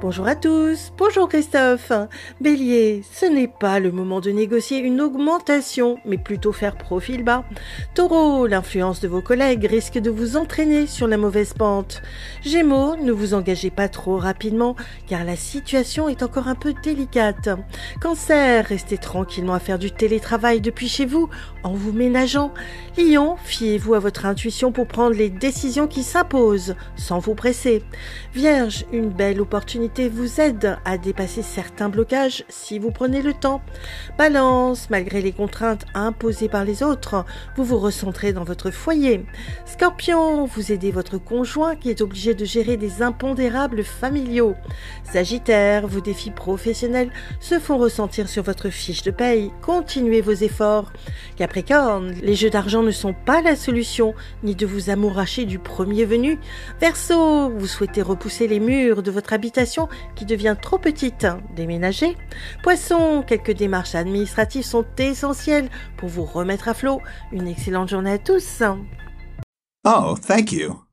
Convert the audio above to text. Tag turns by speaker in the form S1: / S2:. S1: Bonjour à tous, bonjour Christophe. Bélier, ce n'est pas le moment de négocier une augmentation, mais plutôt faire profil bas. Taureau, l'influence de vos collègues risque de vous entraîner sur la mauvaise pente. Gémeaux, ne vous engagez pas trop rapidement, car la situation est encore un peu délicate. Cancer, restez tranquillement à faire du télétravail depuis chez vous, en vous ménageant. Lion, fiez-vous à votre intuition pour prendre les décisions qui s'imposent, sans vous presser. Vierge, une belle opportunité vous aide à dépasser certains blocages si vous prenez le temps. Balance, malgré les contraintes imposées par les autres, vous vous recentrez dans votre foyer. Scorpion, vous aidez votre conjoint qui est obligé de gérer des impondérables familiaux. Sagittaire, vos défis professionnels se font ressentir sur votre fiche de paye. Continuez vos efforts. Capricorne, les jeux d'argent ne sont pas la solution, ni de vous amouracher du premier venu. Verseau, vous souhaitez repousser les murs de votre habitation qui devient trop petite, hein, déménager. Poisson, quelques démarches administratives sont essentielles hein. pour vous remettre à flot. Une excellente journée à tous.
S2: Oh, thank you.